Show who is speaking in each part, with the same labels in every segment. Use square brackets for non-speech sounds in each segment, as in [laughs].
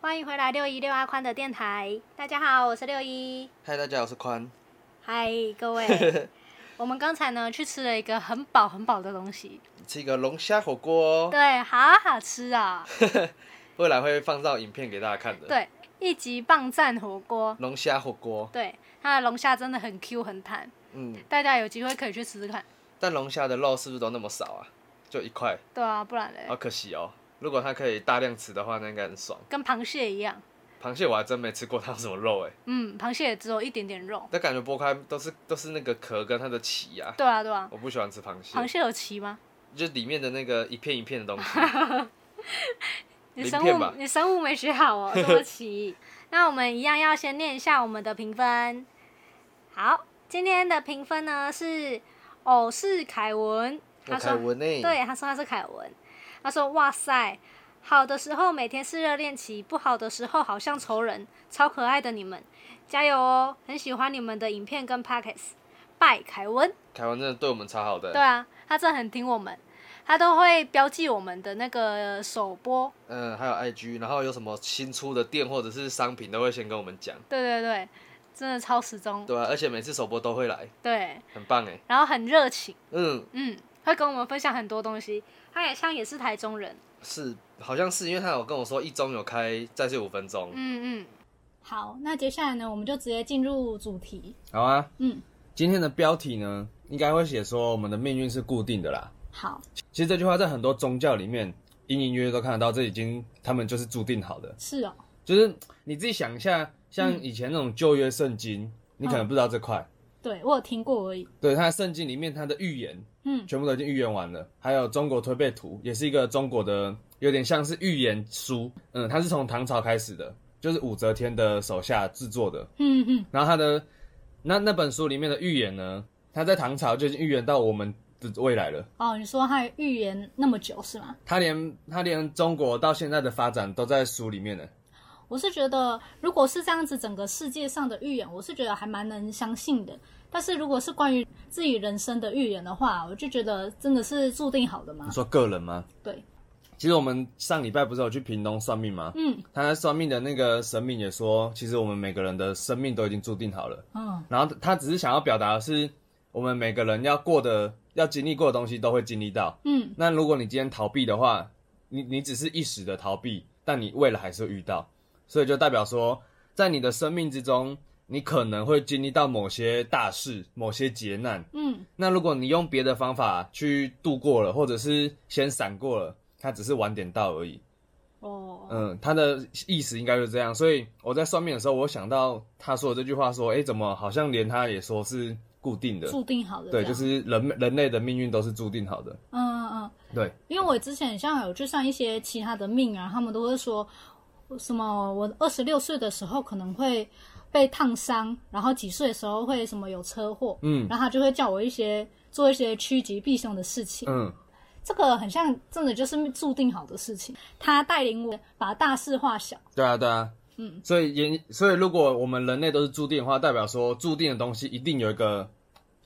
Speaker 1: 欢迎回来六一六阿宽的电台，大家好，我是六一，
Speaker 2: 嗨，大家好，我是宽。
Speaker 1: 嗨，各
Speaker 2: [laughs]
Speaker 1: 位，我们刚才呢去吃了一个很饱很饱的东西，
Speaker 2: 吃一个龙虾火锅哦，
Speaker 1: 对，好好吃啊、
Speaker 2: 未来会放到影片给大家看的。
Speaker 1: 对，一级棒赞火锅，
Speaker 2: 龙虾火锅，
Speaker 1: 对，它的龙虾真的很 Q 很弹，
Speaker 2: 嗯，
Speaker 1: 大家有机会可以去吃吃看，
Speaker 2: 但龙虾的肉是不是都那么少啊？就一块，
Speaker 1: 对啊，不然嘞
Speaker 2: 好，可惜哦。如果它可以大量吃的话，那应该很爽。
Speaker 1: 跟螃蟹一样，
Speaker 2: 螃蟹我还真没吃过它有什么肉哎，
Speaker 1: 嗯，螃蟹也只有一点点肉，
Speaker 2: 但感觉剥开都是都是那个壳跟它的鳍呀、
Speaker 1: 对啊对啊，
Speaker 2: 我不喜欢吃螃蟹，
Speaker 1: 螃蟹有鳍吗？
Speaker 2: 就里面的那个一片一片的
Speaker 1: [laughs]
Speaker 2: 东西。
Speaker 1: 你
Speaker 2: 鳞
Speaker 1: 生
Speaker 2: 片
Speaker 1: 物
Speaker 2: 吧
Speaker 1: 你生物没学好哦，
Speaker 2: [laughs]
Speaker 1: 这么奇。那我们一样要先念一下我们的评分。好，今天的评分呢是偶是凯文，他
Speaker 2: 我哦凯
Speaker 1: 说
Speaker 2: 文呢？
Speaker 1: 对，他说他是凯文，他说哇塞，好的时候每天是热恋期，不好的时候好像仇人，超可爱的你们，加油哦！很喜欢你们的影片跟 pockets，拜凯文。
Speaker 2: 凯文真的对我们超好的。
Speaker 1: 对啊，他真的很听我们，他都会标记我们的那个首播。
Speaker 2: 嗯，还有 IG，然后有什么新出的店或者是商品都会先跟我们讲，
Speaker 1: 对对对，真的超时钟，
Speaker 2: 对啊，而且每次首播都会来，
Speaker 1: 对，
Speaker 2: 很棒哎。
Speaker 1: 然后很热情，
Speaker 2: 嗯，
Speaker 1: 嗯，会跟我们分享很多东西。他也像也是台中人，
Speaker 2: 是，好像是因为他有跟我说一中有开再睡五分钟。
Speaker 1: 嗯嗯。好，那接下来呢，我们就直接进入主题。
Speaker 2: 好啊，
Speaker 1: 嗯，
Speaker 2: 今天的标题呢，应该会写说我们的命运是固定的啦。
Speaker 1: 好，
Speaker 2: 其实这句话在很多宗教里面隐隐约约都看得到，这已经他们就是注定好的。
Speaker 1: 是哦，
Speaker 2: 就是你自己想一下，像以前那种旧约圣经，你可能不知道这块，
Speaker 1: 对我有听过而已。
Speaker 2: 对，它的圣经里面它的预言，
Speaker 1: 嗯
Speaker 2: 全部都已经预言完了。还有中国推背图，也是一个中国的，有点像是预言书，嗯，它是从唐朝开始的，就是武则天的手下制作的。
Speaker 1: 嗯嗯，
Speaker 2: 然后他的那那本书里面的预言呢，他在唐朝就已经预言到我们的未来了。
Speaker 1: 哦，你说他预言那么久是吗？
Speaker 2: 他连他连中国到现在的发展都在书里面呢。
Speaker 1: 我是觉得，如果是这样子，整个世界上的预言，我是觉得还蛮能相信的。但是如果是关于自己人生的预言的话，我就觉得真的是注定好的嘛
Speaker 2: 你。说个人吗？
Speaker 1: 对，
Speaker 2: 其实我们上礼拜不是有去屏东算命吗？
Speaker 1: 嗯
Speaker 2: 他在算命的那个神明也说，其实我们每个人的生命都已经注定好了。
Speaker 1: 嗯，
Speaker 2: 然后他只是想要表达的是，我们每个人要过的、要经历过的东西都会经历到。
Speaker 1: 嗯，
Speaker 2: 那如果你今天逃避的话，你你只是一时的逃避，但你未来还是会遇到，所以就代表说，在你的生命之中，你可能会经历到某些大事、某些劫难。
Speaker 1: 嗯，
Speaker 2: 那如果你用别的方法去度过了，或者是先闪过了，它只是晚点到而已。
Speaker 1: 哦，
Speaker 2: 嗯，他的意思应该就是这样。所以我在算命的时候，我想到他说的这句话，说：“哎、怎么好像连他也说是固定的？
Speaker 1: 注定好的这
Speaker 2: 呃对，
Speaker 1: 样。
Speaker 2: 就是人人类的命运都是注定好的。
Speaker 1: 嗯嗯嗯，
Speaker 2: 对，
Speaker 1: 因为我之前像有去算一些其他的命啊，他们都会说什么我二十六岁的时候可能会被烫伤，然后几岁的时候会什么有车祸，
Speaker 2: 嗯
Speaker 1: 然后他就会叫我一些做一些趋吉避凶的事情。
Speaker 2: 嗯，
Speaker 1: 这个很像真的就是注定好的事情，他带领我把大事化小。
Speaker 2: 对啊，对啊。嗯，所以也所以，如果我们人类都是注定的话，代表说注定的东西一定有一个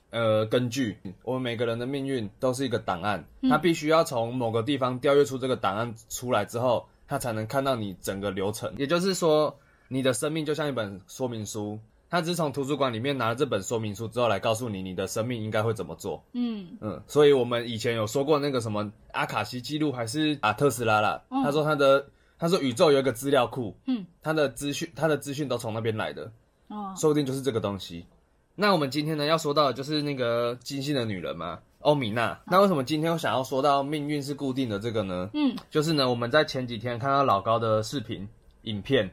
Speaker 2: 呃根据。我们每个人的命运都是一个档案，
Speaker 1: 嗯
Speaker 2: 它必须要从某个地方调阅出这个档案出来之后，它才能看到你整个流程。也就是说，你的生命就像一本说明书，它只是从图书馆里面拿了这本说明书之后来告诉你你的生命应该会怎么做。
Speaker 1: 嗯
Speaker 2: 嗯，所以我们以前有说过那个什么阿卡西记录还是啊特斯拉啦，
Speaker 1: 嗯
Speaker 2: 他说他的他说宇宙有一个资料库，
Speaker 1: 嗯，
Speaker 2: 他的资讯他的资讯都从那边来的，
Speaker 1: 哦，
Speaker 2: 说不定就是这个东西。那我们今天呢要说到的就是那个金星的女人嘛，欧米娜。那为什么今天我想要说到命运是固定的这个呢？
Speaker 1: 嗯
Speaker 2: 就是呢，我们在前几天看到老高的视频影片，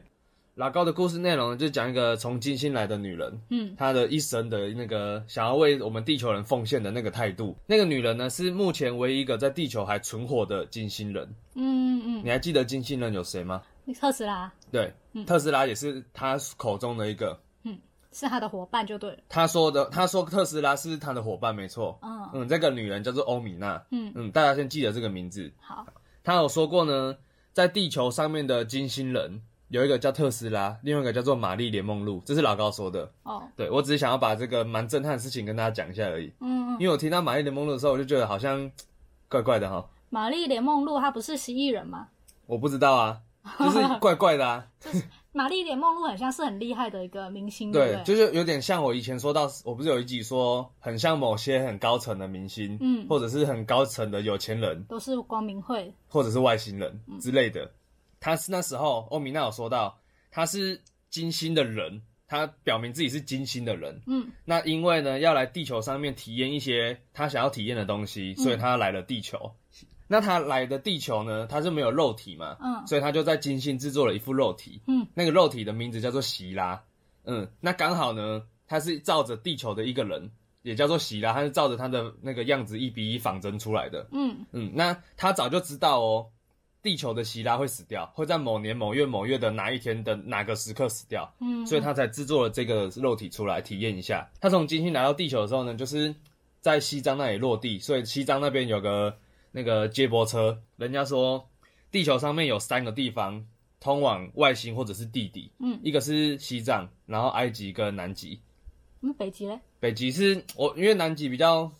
Speaker 2: 老高的故事内容呢就是讲一个从金星来的女人，
Speaker 1: 嗯
Speaker 2: 她的一生的那个想要为我们地球人奉献的那个态度。那个女人呢是目前唯一一个在地球还存活的金星人。
Speaker 1: 嗯嗯
Speaker 2: 你还记得金星人有谁吗？
Speaker 1: 嗯，特斯拉
Speaker 2: 对，
Speaker 1: 嗯
Speaker 2: 特斯拉也是他口中的一个。
Speaker 1: 是他的伙伴就对了。
Speaker 2: 他说的，他说特斯拉是他的伙伴，没错。
Speaker 1: 嗯
Speaker 2: 嗯，这个女人叫做欧米娜。
Speaker 1: 嗯
Speaker 2: 嗯，大家先记得这个名字。
Speaker 1: 好，
Speaker 2: 他有说过呢，在地球上面的金星人有一个叫特斯拉，另外一个叫做玛丽莲梦露，这是老高说的。
Speaker 1: 哦，
Speaker 2: 对我只是想要把这个蛮震撼的事情跟大家讲一下而已，
Speaker 1: 嗯嗯，
Speaker 2: 因为我听到玛丽莲梦露的时候，我就觉得好像怪怪的哈，
Speaker 1: 玛丽莲梦露她不是蜥蜴人吗？
Speaker 2: 我不知道啊，就是怪怪的啊。
Speaker 1: 玛丽莲梦露很像是很厉害的一个明星，对
Speaker 2: 对
Speaker 1: 不，对？
Speaker 2: 就是有点像我以前说到，我不是有一集说很像某些很高层的明星，
Speaker 1: 嗯
Speaker 2: 或者是很高层的有钱人，
Speaker 1: 都是光明会，
Speaker 2: 或者是外星人
Speaker 1: 嗯
Speaker 2: 之类的。他是那时候欧米娜有说到，他是金星的人，他表明自己是金星的人。
Speaker 1: 嗯，
Speaker 2: 那因为呢要来地球上面体验一些他想要体验的东西，
Speaker 1: 嗯
Speaker 2: 所以他来了地球。那他来的地球呢，他是没有肉体嘛，
Speaker 1: 嗯
Speaker 2: 所以他就在金星制作了一副肉体，
Speaker 1: 嗯，
Speaker 2: 那个肉体的名字叫做席拉，嗯，那刚好呢，他是照着地球的一个人，也叫做席拉，他是照着他的那个样子一比一仿真出来的，
Speaker 1: 嗯
Speaker 2: 嗯，那他早就知道哦，地球的希拉会死掉，会在某年某月某月的哪一天的哪个时刻死掉，
Speaker 1: 嗯，
Speaker 2: 所以他才制作了这个肉体出来体验一下。他从金星来到地球的时候呢，就是在西藏那里落地，所以西藏那边有个那个接驳车，人家说地球上面有三个地方通往外星或者是地底，
Speaker 1: 嗯
Speaker 2: 一个是西藏，然后埃及跟南极。
Speaker 1: 嗯北极嘞，
Speaker 2: 北极是我因为南极比较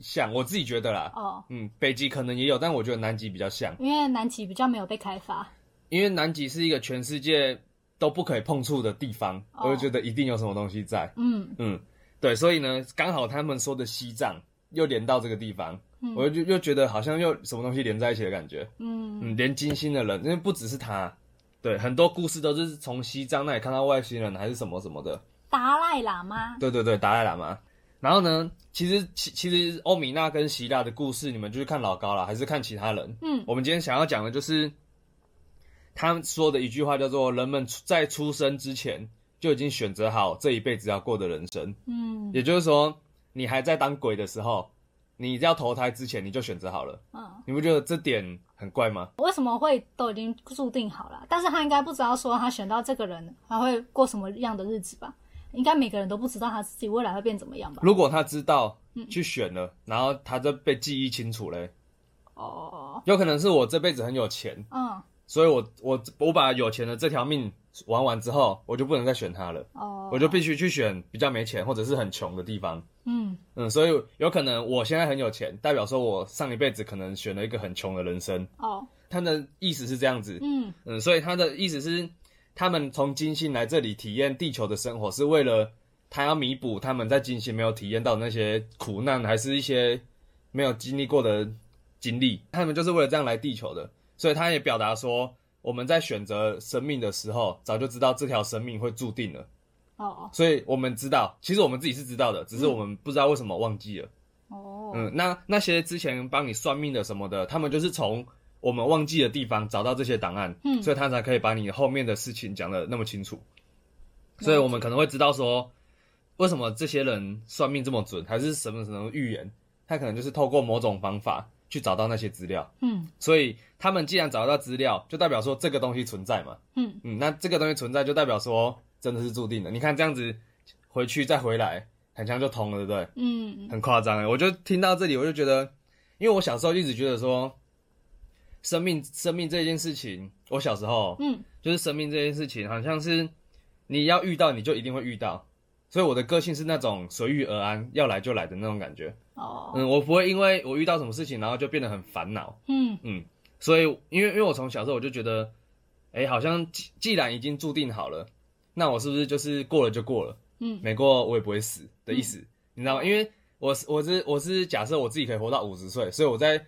Speaker 2: 像，我自己觉得啦，
Speaker 1: 哦，
Speaker 2: 嗯，北极可能也有，但我觉得南极比较像，
Speaker 1: 因为南极比较没有被开发，
Speaker 2: 因为南极是一个全世界都不可以碰触的地方，
Speaker 1: 哦
Speaker 2: 我就觉得一定有什么东西在。
Speaker 1: 嗯
Speaker 2: 嗯，对，所以呢，刚好他们说的西藏又连到这个地方，
Speaker 1: 嗯
Speaker 2: 我就又觉得好像又什么东西连在一起的感觉。
Speaker 1: 嗯
Speaker 2: 嗯，连金星的人，因为不只是他，对，很多故事都是从西藏那里看到外星人还是什么什么的。
Speaker 1: 达赖喇嘛，
Speaker 2: 对对对，达赖喇嘛。然后呢，其实其其实欧米娜跟希腊的故事，你们就去看老高啦，还是看其他人？
Speaker 1: 嗯
Speaker 2: 我们今天想要讲的就是他说的一句话，叫做“人们出在出生之前就已经选择好这一辈子要过的人生”。
Speaker 1: 嗯
Speaker 2: 也就是说，你还在当鬼的时候，你要投胎之前你就选择好了。
Speaker 1: 嗯，
Speaker 2: 你不觉得这点很怪吗？
Speaker 1: 为什么会都已经注定好了？但是他应该不知道说他选到这个人，他会过什么样的日子吧？应该每个人都不知道他自己未来会变怎么样吧？
Speaker 2: 如果他知道去选了，然后他就被记忆清楚嘞，
Speaker 1: 哦，
Speaker 2: 有可能是我这辈子很有钱，
Speaker 1: 嗯
Speaker 2: 所以我我我把有钱的这条命玩完之后，我就不能再选他了，
Speaker 1: 哦，
Speaker 2: 我就必须去选比较没钱或者是很穷的地方。
Speaker 1: 嗯
Speaker 2: 嗯，所以有可能我现在很有钱，代表说我上一辈子可能选了一个很穷的人生。
Speaker 1: 哦
Speaker 2: 他的意思是这样子，
Speaker 1: 嗯
Speaker 2: 嗯，所以他的意思是，他们从金星来这里体验地球的生活，是为了他要弥补他们在金星没有体验到的那些苦难，还是一些没有经历过的经历。他们就是为了这样来地球的，所以他也表达说，我们在选择生命的时候，早就知道这条生命会注定了，
Speaker 1: 哦
Speaker 2: 所以我们知道，其实我们自己是知道的，只是我们不知道为什么忘记了。
Speaker 1: 哦，
Speaker 2: 嗯，那那些之前帮你算命的什么的，他们就是从我们忘记的地方找到这些档案，
Speaker 1: 嗯
Speaker 2: 所以他才可以把你后面的事情讲的那么清楚。
Speaker 1: 解
Speaker 2: 所以我们可能会知道说，为什么这些人算命这么准，还是什么什么预言，他可能就是透过某种方法去找到那些资料。
Speaker 1: 嗯
Speaker 2: 所以他们既然找到资料，就代表说这个东西存在嘛。
Speaker 1: 嗯
Speaker 2: 嗯，那这个东西存在，就代表说真的是注定的。你看这样子回去再回来，很像就通了，对不对？
Speaker 1: 嗯
Speaker 2: 很夸张哎！我就听到这里，我就觉得，因为我小时候一直觉得说，生命生命这件事情，我小时候
Speaker 1: 嗯
Speaker 2: 就是生命这件事情，好像是你要遇到你就一定会遇到，所以我的个性是那种随遇而安，要来就来的那种感觉。
Speaker 1: 哦
Speaker 2: 嗯，我不会因为我遇到什么事情，然后就变得很烦恼。
Speaker 1: 嗯
Speaker 2: 所以，因为因为我从小时候我就觉得，哎、好像既既然已经注定好了，那我是不是就是过了就过了？
Speaker 1: 嗯
Speaker 2: 没过我也不会死的意思，你知道吗？因为我是我是我是假设我自己可以活到五十岁，所以我在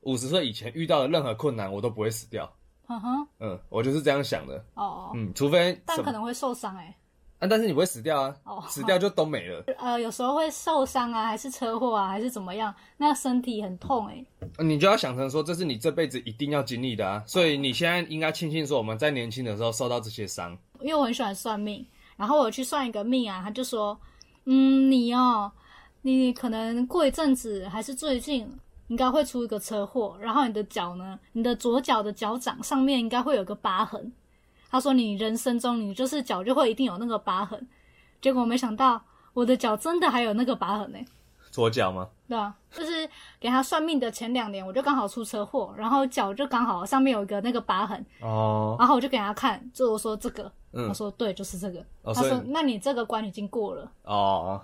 Speaker 2: 五十岁以前遇到的任何困难，我都不会死掉。
Speaker 1: 嗯哼
Speaker 2: 嗯，我就是这样想的。
Speaker 1: 哦，
Speaker 2: 嗯，除非
Speaker 1: 但
Speaker 2: 什
Speaker 1: 可
Speaker 2: 么
Speaker 1: 能会受伤哎。
Speaker 2: 啊，但是你不会死掉啊，
Speaker 1: 哦
Speaker 2: 死掉就都
Speaker 1: [laughs]
Speaker 2: 没了。
Speaker 1: 呃，有时候会受伤啊，还是车祸啊，还是怎么样，那身体很痛哎、
Speaker 2: 你就要想成说，这是你这辈子一定要经历的啊。所以你现在应该庆幸说，我们在年轻的时候受到这些伤。
Speaker 1: 因为我很喜欢算命，然后我去算一个命啊，他就说，嗯，你哦，你可能过一阵子还是最近应该会出一个车祸，然后你的脚呢，你的左脚的脚掌上面应该会有个疤痕。他说你人生中你就是脚就会一定有那个疤痕，结果没想到我的脚真的还有那个疤痕欸呢、
Speaker 2: 左脚吗？
Speaker 1: 对啊，就是给他算命的前两年，我就刚好出车祸，然后脚就刚好上面有一个那个疤痕，
Speaker 2: 哦，
Speaker 1: 然后我就给他看，就我说这个，
Speaker 2: 嗯
Speaker 1: 他说对，就是这个。
Speaker 2: 哦
Speaker 1: 他
Speaker 2: 所以
Speaker 1: 说那你这个关已经过了，
Speaker 2: 哦，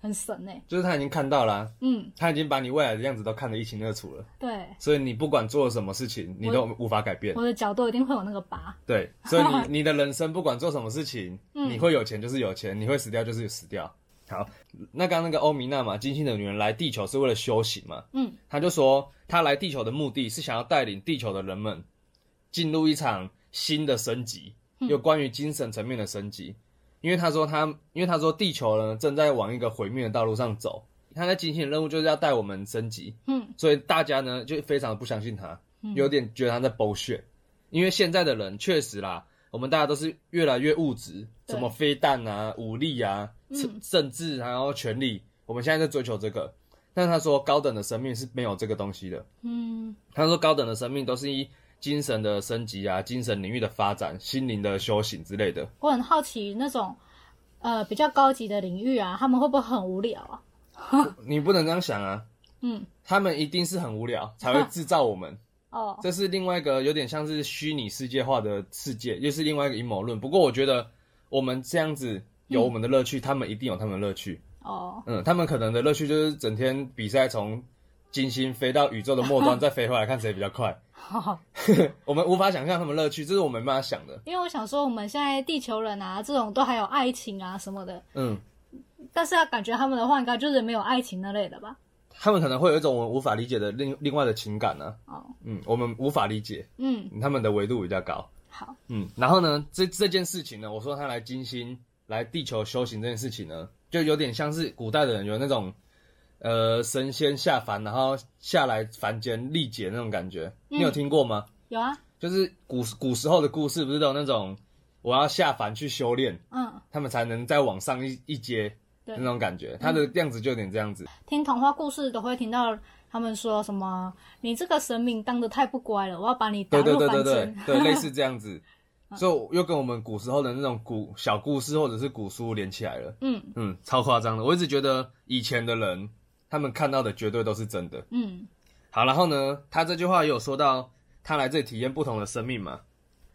Speaker 1: 很神哎、
Speaker 2: 就是他已经看到啦、
Speaker 1: 嗯，
Speaker 2: 他已经把你未来的样子都看得一清二楚了，
Speaker 1: 对，
Speaker 2: 所以你不管做什么事情，你都无法改变。
Speaker 1: 我的角度一定会有那个疤。
Speaker 2: 对，所以你你的人生不管做什么事情，你会有钱就是有钱，你会死掉就是死掉。好，那刚刚那个欧米娜嘛，金星的女人来地球是为了修行嘛，
Speaker 1: 嗯，
Speaker 2: 她就说她来地球的目的是想要带领地球的人们进入一场新的升级，有关于精神层面的升级。因为她说她，因为她说地球呢正在往一个毁灭的道路上走，她在进行的任务就是要带我们升级，
Speaker 1: 嗯，
Speaker 2: 所以大家呢就非常的不相信她，有点觉得她在 bullshit。因为现在的人确实啦，我们大家都是越来越物质，
Speaker 1: 对
Speaker 2: 什么飞弹啊、武力啊、政政治啊，然后权力，我们现在在追求这个。但他说，高等的生命是没有这个东西的。
Speaker 1: 嗯，
Speaker 2: 他说，高等的生命都是以精神的升级啊、精神领域的发展、心灵的修行之类的。
Speaker 1: 我很好奇那种呃比较高级的领域啊，他们会不会很无聊啊？
Speaker 2: 你不能这样想啊，
Speaker 1: 嗯，
Speaker 2: 他们一定是很无聊，才会制造我们。
Speaker 1: 哦，
Speaker 2: 这是另外一个有点像是虚拟世界化的世界，又是另外一个阴谋论。不过我觉得我们这样子有我们的乐趣，他们一定有他们的乐趣。
Speaker 1: 哦， [laughs]
Speaker 2: 嗯，他们可能的乐趣就是整天比赛从金星飞到宇宙的末端，再飞回来看谁比较快。 [laughs] 我们无法想象他们乐趣，这是我们没办法想的。
Speaker 1: 因为我想说，我们现在地球人啊，这种都还有爱情啊什么的，
Speaker 2: 嗯，
Speaker 1: 但是他感觉他们的话应该就是没有爱情那类的吧？
Speaker 2: 他们可能会有一种我们无法理解的另另外的情感呢、
Speaker 1: 哦，
Speaker 2: 嗯，我们无法理解，
Speaker 1: 嗯，
Speaker 2: 他们的维度比较高。
Speaker 1: 好，
Speaker 2: 嗯，然后呢，这这件事情呢，我说他来金星来地球修行这件事情呢，就有点像是古代的人有那种，呃，神仙下凡，然后下来凡间历劫那种感觉。
Speaker 1: 嗯
Speaker 2: 你有听过吗？
Speaker 1: 有啊，
Speaker 2: 就是古古时候的故事，不是都有那种我要下凡去修炼，
Speaker 1: 嗯，
Speaker 2: 他们才能再往上一一阶
Speaker 1: 对嗯
Speaker 2: 那种感觉。他的样子就有点这样子。
Speaker 1: 听童话故事都会听到他们说什么“你这个神明当的太不乖了，我要把你打
Speaker 2: 对对
Speaker 1: 入
Speaker 2: 对
Speaker 1: 凡嗯
Speaker 2: 对对
Speaker 1: 间 [laughs]
Speaker 2: 对，类似这样子，所以又跟我们古时候的那种古小故事或者是古书连起来了。
Speaker 1: 嗯
Speaker 2: 嗯，超夸张的。我一直觉得以前的人他们看到的绝对都是真的。”。
Speaker 1: 嗯，
Speaker 2: 好，然后呢，他这句话也有说到，他来这里体验不同的生命嘛，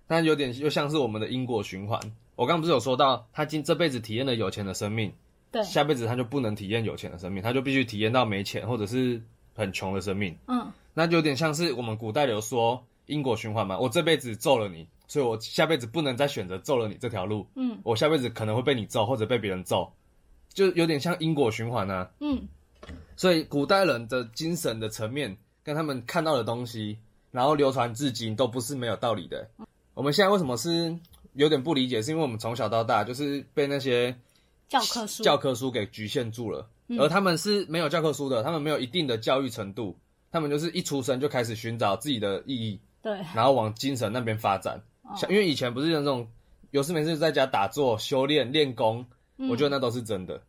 Speaker 2: 那有点又像是我们的因果循环。我刚刚不是有说到，他今这辈子体验了有钱的生命，
Speaker 1: 对，
Speaker 2: 下辈子他就不能体验有钱的生命，他就必须体验到没钱或者是很穷的生命。
Speaker 1: 嗯，
Speaker 2: 那就有点像是我们古代有说因果循环嘛，我这辈子揍了你，所以我下辈子不能再选择揍了你这条路。
Speaker 1: 嗯，
Speaker 2: 我下辈子可能会被你揍，或者被别人揍，就有点像因果循环啊。
Speaker 1: 嗯，
Speaker 2: 所以古代人的精神的层面跟他们看到的东西，然后流传至今都不是没有道理的。我们现在为什么是有点不理解，是因为我们从小到大就是被那些
Speaker 1: 教科书，
Speaker 2: 教科书给局限住了，
Speaker 1: 嗯
Speaker 2: 而他们是没有教科书的，他们没有一定的教育程度，他们就是一出生就开始寻找自己的意义，
Speaker 1: 对，
Speaker 2: 然后往精神那边发展。
Speaker 1: 哦
Speaker 2: 像因为以前不是有那种有事没事在家打坐、修炼、练功，
Speaker 1: 嗯
Speaker 2: 我觉得那都是真的，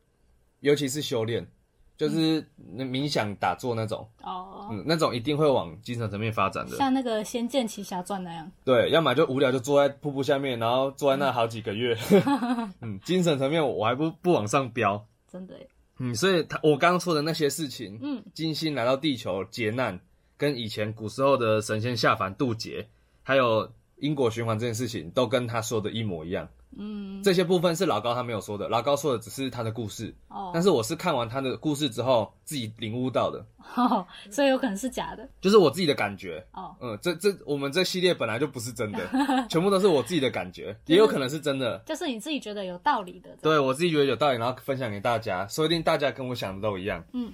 Speaker 2: 尤其是修炼，就是冥想、打坐那种，
Speaker 1: 哦， [laughs]
Speaker 2: 嗯，那种一定会往精神层面发展的。
Speaker 1: 像那个《仙剑奇侠传》那样，
Speaker 2: 对，要么就无聊就坐在瀑布下面，然后坐在那好几个月。 [laughs] 嗯，精神层面我还不不往上飙。
Speaker 1: 真的耶，
Speaker 2: 嗯，所以他我刚刚说的那些事情，
Speaker 1: 嗯，
Speaker 2: 金星来到地球劫难，跟以前古时候的神仙下凡渡劫，还有因果循环这件事情，都跟他说的一模一样。嗯，这些部分是老高他没有说的，老高说的只是他的故事，
Speaker 1: 哦
Speaker 2: 但，是我是看完他的故事之后自己领悟到的，
Speaker 1: 哦， [laughs] 所以有可能是假的，
Speaker 2: 就是我自己的感觉。
Speaker 1: 哦，
Speaker 2: 嗯，这这我们这系列本来就不是真的，全部都是我自己的感觉，也有可能是真的。
Speaker 1: 就是你自己觉得有道理的，
Speaker 2: 对我自己觉得有道理，然后分享给大家，说不定大家跟我想的都一样。
Speaker 1: 嗯，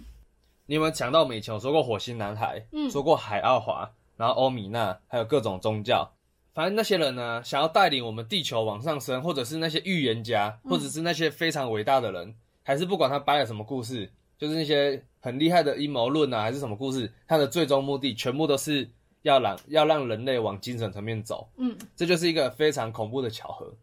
Speaker 2: 你有没有想到我们以前有说过火星男孩，
Speaker 1: 嗯
Speaker 2: 说过海奥华，然后欧米娜，还有各种宗教，反正那些人呢，想要带领我们地球往上升，或者是那些预言家，或者是那些非常伟大的人，还是不管他掰了什么故事，就是那些很厉害的阴谋论啊，还是什么故事，他的最终目的全部都是要让要让人类往精神层面走，
Speaker 1: 嗯
Speaker 2: 这就是一个非常恐怖的巧合。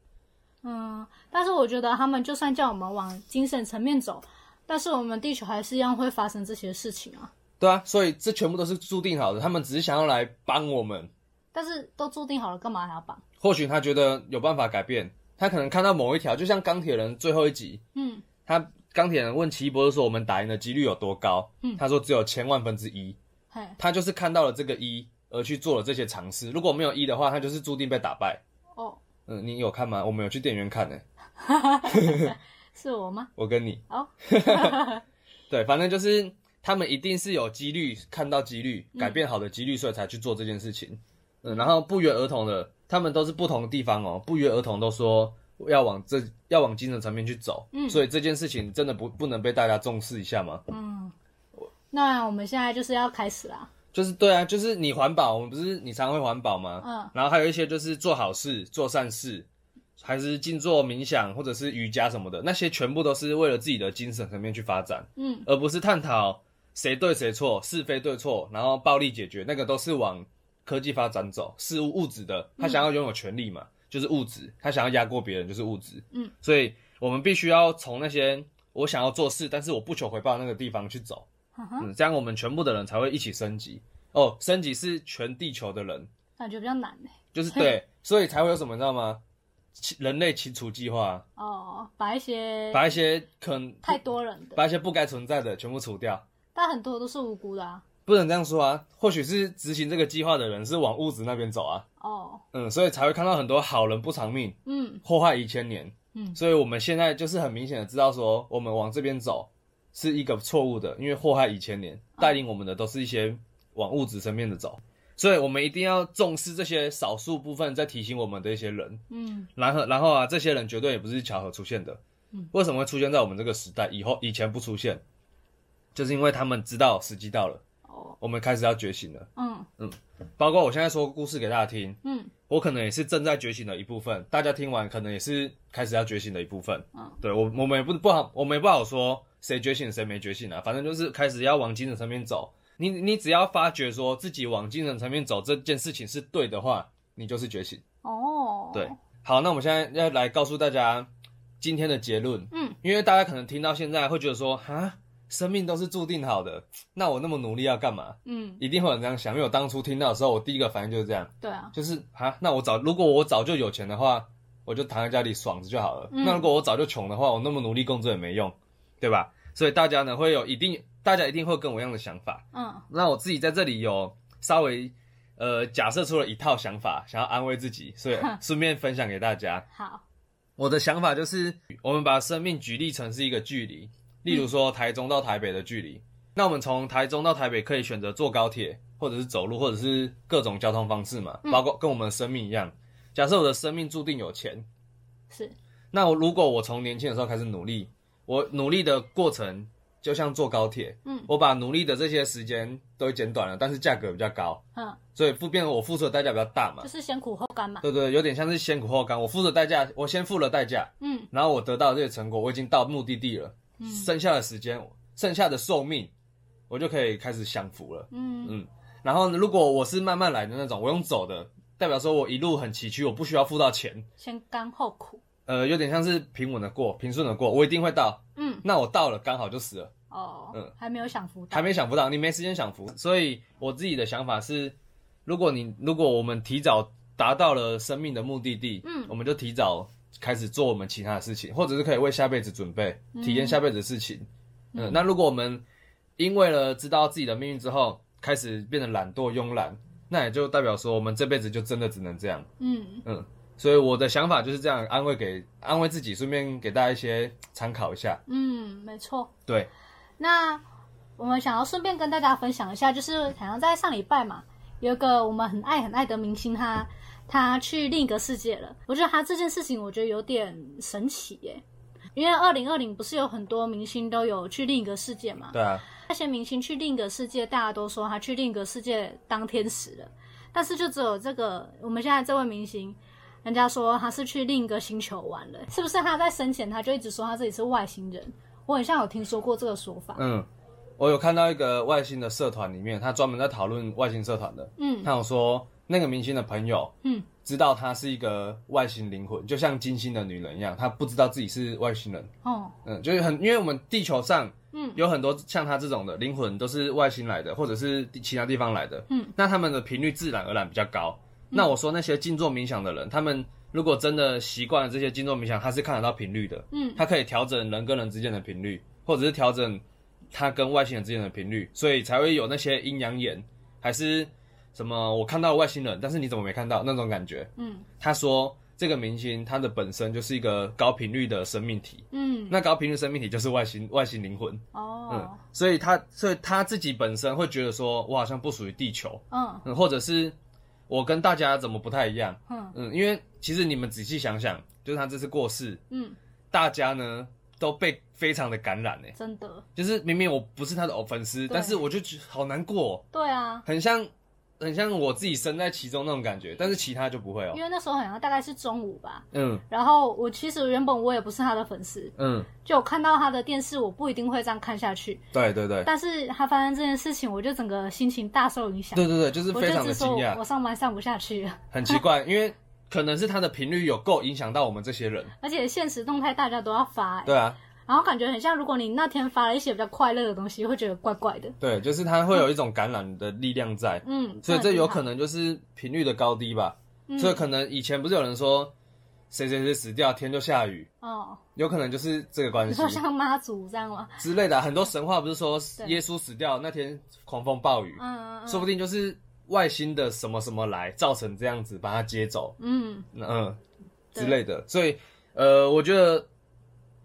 Speaker 1: 嗯，但是我觉得他们就算叫我们往精神层面走，但是我们地球还是一样会发生这些事情啊，
Speaker 2: 对啊，所以这全部都是注定好的，他们只是想要来帮我们。
Speaker 1: 但是都注定好了，干嘛还要绑？
Speaker 2: 或许他觉得有办法改变，他可能看到某一条，就像钢铁人最后一集，
Speaker 1: 嗯，
Speaker 2: 他钢铁人问奇异博士说：“我们打赢的几率有多高？”
Speaker 1: 嗯
Speaker 2: 他说：“只有千万分之一。
Speaker 1: 嘿，”
Speaker 2: 他就是看到了这个一，而去做了这些尝试。如果没有一的话，他就是注定被打败。
Speaker 1: 哦，
Speaker 2: 嗯，你有看吗？我们有去电影院看呢、
Speaker 1: 是我吗？
Speaker 2: 我跟你
Speaker 1: 哦，
Speaker 2: 对，反正就是他们一定是有几率看到几率改变好的几率，所以才去做这件事情。嗯，然后不约而同的，他们都是不同的地方哦，不约而同都说要往这要往精神层面去走。嗯，所以这件事情真的不不能被大家重视一下吗？
Speaker 1: 嗯，那我们现在就是要开始啦。
Speaker 2: 就是对啊，就是你环保，我们不是你常会环保吗？
Speaker 1: 嗯，
Speaker 2: 然后还有一些就是做好事、做善事，还是静坐冥想或者是瑜伽什么的，那些全部都是为了自己的精神层面去发展，
Speaker 1: 嗯，
Speaker 2: 而不是探讨谁对谁错、是非对错，然后暴力解决，那个都是往科技发展走，事物物质的，
Speaker 1: 嗯
Speaker 2: 他想要拥有权利嘛，就是物质，他想要压过别人就是物质，
Speaker 1: 嗯，
Speaker 2: 所以我们必须要从那些我想要做事，但是我不求回报的那个地方去走。
Speaker 1: 哈哈，
Speaker 2: 嗯，这样我们全部的人才会一起升级。哦，升级是全地球的人，
Speaker 1: 感觉比较难呢。
Speaker 2: 就是对，所以才会有什么，你知道吗？清人类清除计划，
Speaker 1: 哦，把一些
Speaker 2: 把一些可能
Speaker 1: 太多人的，
Speaker 2: 把一些不该存在的全部除掉。
Speaker 1: 但很多都是无辜的啊。
Speaker 2: 不能这样说啊，或许是执行这个计划的人是往物质那边走啊，
Speaker 1: 哦，
Speaker 2: 嗯，所以才会看到很多好人不偿命，
Speaker 1: 嗯，
Speaker 2: 祸害一千年。
Speaker 1: 嗯
Speaker 2: 所以我们现在就是很明显的知道说，我们往这边走是一个错误的，因为祸害一千年，带领我们的都是一些往物质层面的走。所以我们一定要重视这些少数部分在提醒我们的一些人，
Speaker 1: 嗯，
Speaker 2: 然后然后啊，这些人绝对也不是巧合出现的。为什么会出现在我们这个时代？以后以前不出现，就是因为他们知道时机到了，
Speaker 1: 哦，
Speaker 2: 我们开始要觉醒了。
Speaker 1: 嗯
Speaker 2: 包括我现在说故事给大家听，
Speaker 1: 嗯，
Speaker 2: 我可能也是正在觉醒的一部分，大家听完可能也是开始要觉醒的一部分。
Speaker 1: 嗯，
Speaker 2: 对我我们也不不好，我们也不好说谁觉醒谁没觉醒啊，反正就是开始要往精神层面走。你你只要发觉说自己往精神层面走这件事情是对的话，你就是觉醒。
Speaker 1: 哦，
Speaker 2: 对，好，那我们现在要来告诉大家今天的结论。
Speaker 1: 嗯，
Speaker 2: 因为大家可能听到现在会觉得说，哈，生命都是注定好的，那我那么努力要干嘛？
Speaker 1: 嗯，
Speaker 2: 一定会有人这样想，因为我当初听到的时候，我第一个反应就是这样。
Speaker 1: 对啊，
Speaker 2: 就是啊，那我早如果我早就有钱的话，我就躺在家里爽着就好了。
Speaker 1: 嗯
Speaker 2: 那如果我早就穷的话，我那么努力工作也没用，对吧？所以大家呢会有一定，大家一定会跟我一样的想法。
Speaker 1: 嗯
Speaker 2: 那我自己在这里有稍微呃假设出了一套想法，想要安慰自己，所以顺便分享给大家。
Speaker 1: 好，
Speaker 2: 我的想法就是，我们把生命举例成是一个距离，例如说台中到台北的距离。那我们从台中到台北可以选择坐高铁，或者是走路，或者是各种交通方式嘛，
Speaker 1: 嗯
Speaker 2: 包括跟我们的生命一样。假设我的生命注定有钱，
Speaker 1: 是，
Speaker 2: 那我如果我从年轻的时候开始努力，我努力的过程就像坐高铁，
Speaker 1: 嗯
Speaker 2: 我把努力的这些时间都减短了，但是价格比较高，
Speaker 1: 嗯，
Speaker 2: 所以付变我付出的代价比较大嘛
Speaker 1: 就。是先苦后甘嘛。
Speaker 2: 对对，有点像是先苦后甘，我付的代价，我先付了代价，
Speaker 1: 嗯
Speaker 2: 然后我得到这些成果，我已经到目的地了，剩下的时间，剩下的寿命，我就可以开始享福了。
Speaker 1: 嗯
Speaker 2: 嗯，然后呢，如果我是慢慢来的那种，我用走的，代表说我一路很崎岖，我不需要付到钱，
Speaker 1: 先甘后苦。
Speaker 2: 呃，有点像是平稳的过，平顺的过，我一定会到。
Speaker 1: 嗯，
Speaker 2: 那我到了，刚好就死了，
Speaker 1: 哦，
Speaker 2: 嗯
Speaker 1: 还没有享福到。
Speaker 2: 还没享福到，你没时间享福。所以我自己的想法是，如果你如果我们提早达到了生命的目的地，
Speaker 1: 嗯
Speaker 2: 我们就提早开始做我们其他的事情，或者是可以为下辈子准备，体验下辈子的事情。嗯，那如果我们因为了知道自己的命运之后，开始变得懒惰慵懒，那也就代表说我们这辈子就真的只能这样。
Speaker 1: 嗯，
Speaker 2: 嗯，所以我的想法就是这样，安慰给安慰自己，顺便给大家一些参考一下。
Speaker 1: 嗯，没错。
Speaker 2: 对，
Speaker 1: 那我们想要顺便跟大家分享一下，就是好像在上礼拜嘛，有一个我们很爱很爱的明星他，他去另一个世界了。我觉得他这件事情，我觉得有点神奇耶。因为二零二零不是有很多明星都有去另一个世界嘛？
Speaker 2: 对啊，
Speaker 1: 那些明星去另一个世界，大家都说他去另一个世界当天使了，但是就只有这个我们现在这位明星，人家说他是去另一个星球玩了，是不是？他在生前他就一直说他自己是外星人，我很像有听说过这个说法。
Speaker 2: 嗯，我有看到一个外星的社团里面，他专门在讨论外星社团的。
Speaker 1: 嗯
Speaker 2: 他有说那个明星的朋友，
Speaker 1: 嗯，
Speaker 2: 知道他是一个外星灵魂，就像金星的女人一样，他不知道自己是外星人。
Speaker 1: 哦，
Speaker 2: 嗯，就是很，因为我们地球上，
Speaker 1: 嗯，
Speaker 2: 有很多像他这种的灵魂都是外星来的，或者是其他地方来的。
Speaker 1: 嗯，
Speaker 2: 那他们的频率自然而然比较高。那我说那些静坐冥想的人，他们如果真的习惯了这些静坐冥想，他是看得到频率的。
Speaker 1: 嗯
Speaker 2: 它可以调整人跟人之间的频率，或者是调整它跟外星人之间的频率，所以才会有那些阴阳眼，还是什么我看到了外星人，但是你怎么没看到那种感觉。
Speaker 1: 嗯
Speaker 2: 他说这个明星他的本身就是一个高频率的生命体，
Speaker 1: 嗯，
Speaker 2: 那高频率生命体就是外星外星灵魂，嗯
Speaker 1: 哦，，
Speaker 2: 所以他所以他自己本身会觉得说，我好像不属于地球，
Speaker 1: 嗯
Speaker 2: 嗯，或者是我跟大家怎么不太一样，
Speaker 1: 嗯
Speaker 2: 嗯，因为其实你们仔细想想，就是他这次过世，
Speaker 1: 嗯，
Speaker 2: 大家呢都被非常的感染呢、欸
Speaker 1: 真的，
Speaker 2: 就是明明我不是他的粉丝，
Speaker 1: 对
Speaker 2: 但是我就觉得好难过哦、
Speaker 1: 对啊，
Speaker 2: 很像很像我自己身在其中那种感觉，但是其他就不会哦、
Speaker 1: 因为那时候好像大概是中午吧，
Speaker 2: 嗯
Speaker 1: 然后我其实原本我也不是他的粉丝，
Speaker 2: 嗯，
Speaker 1: 就我看到他的电视，我不一定会这样看下去，
Speaker 2: 对对对，
Speaker 1: 但是他发生这件事情，我就整个心情大受影响，
Speaker 2: 对对对，就是
Speaker 1: 我
Speaker 2: 非
Speaker 1: 就
Speaker 2: 常的
Speaker 1: 直
Speaker 2: 惊
Speaker 1: 说我
Speaker 2: 讶
Speaker 1: 我，上班上不下去了， [laughs]
Speaker 2: 很奇怪，因为可能是他的频率有够影响到我们这些人。
Speaker 1: 而且现实动态大家都要发、欸
Speaker 2: 对啊，
Speaker 1: 然后感觉很像，如果你那天发了一些比较快乐的东西，会觉得怪怪的。
Speaker 2: 对，就是他会有一种感染的力量在，
Speaker 1: 嗯，
Speaker 2: 所以这有
Speaker 1: 能。
Speaker 2: 可能就是频率的高低吧。
Speaker 1: 嗯
Speaker 2: 所以可能以前不是有人说谁谁谁死掉，天就下雨，
Speaker 1: 哦，
Speaker 2: 有可能就是这个关
Speaker 1: 你
Speaker 2: 系
Speaker 1: 说像妈祖这样吗？
Speaker 2: 之类的啊。很多神话不是说
Speaker 1: 对
Speaker 2: 耶稣死掉那天狂风暴雨，
Speaker 1: 嗯嗯
Speaker 2: 说不定就是外星的什么什么来造成这样子，把它接走，
Speaker 1: 嗯，
Speaker 2: 嗯、呃
Speaker 1: 对
Speaker 2: 之类的。所以，呃，我觉得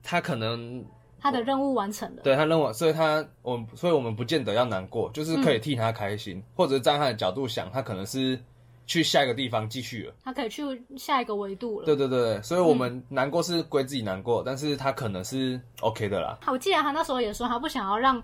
Speaker 2: 他可能
Speaker 1: 他的任务完成了。
Speaker 2: 对他认为，所以他我们所以我们不见得要难过，就是
Speaker 1: 嗯
Speaker 2: 可以替他开心，或者站在他的角度想，他可能是去下一个地方继续了。
Speaker 1: 他可以去下一个维度了。
Speaker 2: 对对对对，所以我
Speaker 1: 嗯
Speaker 2: 们难过是归自己难过，但是他可能是 OK 的啦。
Speaker 1: 好我记得他那时候也说，他不想要让，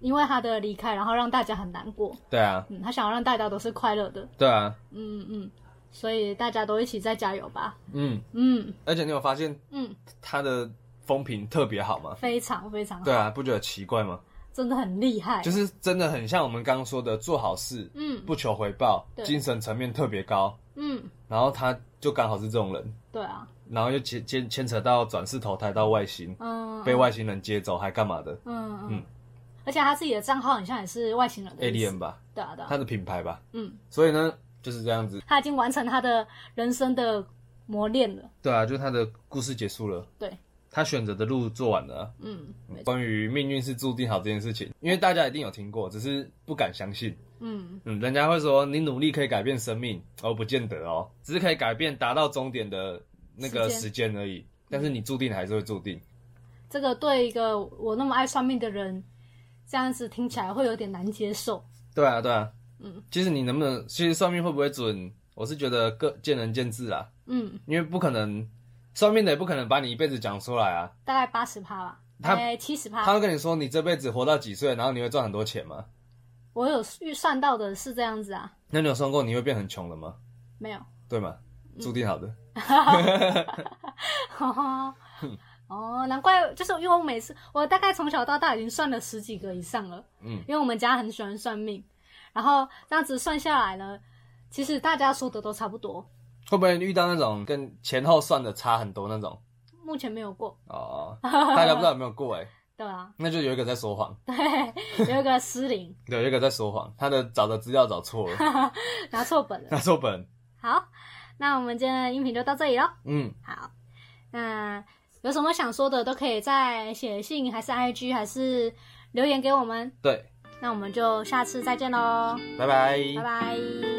Speaker 1: 因为他的离开，然后让大家很难过。
Speaker 2: 对啊，
Speaker 1: 嗯，他想要让大家都是快乐的。
Speaker 2: 对啊，
Speaker 1: 嗯嗯，所以大家都一起再加油吧。
Speaker 2: 嗯，
Speaker 1: 嗯
Speaker 2: 而且你有发现
Speaker 1: 嗯，
Speaker 2: 他的风评特别好吗？
Speaker 1: 非常非常好，
Speaker 2: 对啊，不觉得奇怪吗？
Speaker 1: 真的很厉害。
Speaker 2: 就是真的很像我们刚刚说的，做好事
Speaker 1: 嗯
Speaker 2: 不求回报，
Speaker 1: 对
Speaker 2: 精神层面特别高。
Speaker 1: 嗯，
Speaker 2: 然后他就刚好是这种人，
Speaker 1: 对啊，
Speaker 2: 然后又牵牵牵扯到转世投胎到外星，
Speaker 1: 嗯，
Speaker 2: [laughs] 被外星人接走还干嘛的
Speaker 1: 嗯嗯
Speaker 2: 嗯
Speaker 1: 而且他自己的账号很像也是外星人的意思
Speaker 2: ？Alien 吧，
Speaker 1: 对啊对啊，
Speaker 2: 他的品牌吧。
Speaker 1: 嗯，
Speaker 2: 所以呢，就是这样子。
Speaker 1: 他已经完成他的人生的磨练了。
Speaker 2: 对啊，就是他的故事结束了，
Speaker 1: 对，
Speaker 2: 他选择的路做完了啊。
Speaker 1: 嗯，没错，
Speaker 2: 关于命运是注定好这件事情，因为大家一定有听过，只是不敢相信。
Speaker 1: 嗯
Speaker 2: 嗯，人家会说你努力可以改变生命，哦，不见得哦，只是可以改变达到终点的那个
Speaker 1: 时嗯
Speaker 2: 时间而已。但是你注定还是会注定。
Speaker 1: 这个对一个我那么爱算命的人，这样子听起来会有点难接受。
Speaker 2: 对啊，对啊。
Speaker 1: 嗯，
Speaker 2: 其实你能不能，其实算命会不会准，我是觉得各见仁见智啦，
Speaker 1: 嗯，
Speaker 2: 因为不可能，算命的也不可能把你一辈子讲出来啊。
Speaker 1: 大概八十趴吧，
Speaker 2: 他
Speaker 1: 哎七十
Speaker 2: 他
Speaker 1: 趴。
Speaker 2: 会跟你说你这辈子活到几岁，然后你会赚很多钱吗？
Speaker 1: 我有预算到的是这样子啊，
Speaker 2: 那你有算过你会变很穷的吗？
Speaker 1: 没有。 [laughs]
Speaker 2: 对吗？注定好的。
Speaker 1: 哦，难怪，就是因为我每次我大概从小到大已经算了十几个以上了，
Speaker 2: 嗯，
Speaker 1: 因为我们家很喜欢算命，然后这样子算下来呢，其实大家说的都差不多，
Speaker 2: 会不会遇到那种跟前后算的差很多那种？
Speaker 1: 目前没有过，
Speaker 2: 哦， [laughs] 大家不知道有没有过哎、
Speaker 1: 对啊，
Speaker 2: 那就有一个在说谎，
Speaker 1: [laughs] 对，有一个失灵 [laughs]
Speaker 2: 有一个在说谎，他的找的资料找错 [laughs] 了，
Speaker 1: 拿错本了。
Speaker 2: 拿错本。
Speaker 1: 好，那我们今天的音频就到这里喽。
Speaker 2: 嗯，
Speaker 1: 好，那有什么想说的都可以在写信，还是 IG，还是留言给我们。
Speaker 2: 对，
Speaker 1: 那我们就下次再见喽，
Speaker 2: 拜拜。
Speaker 1: 拜拜。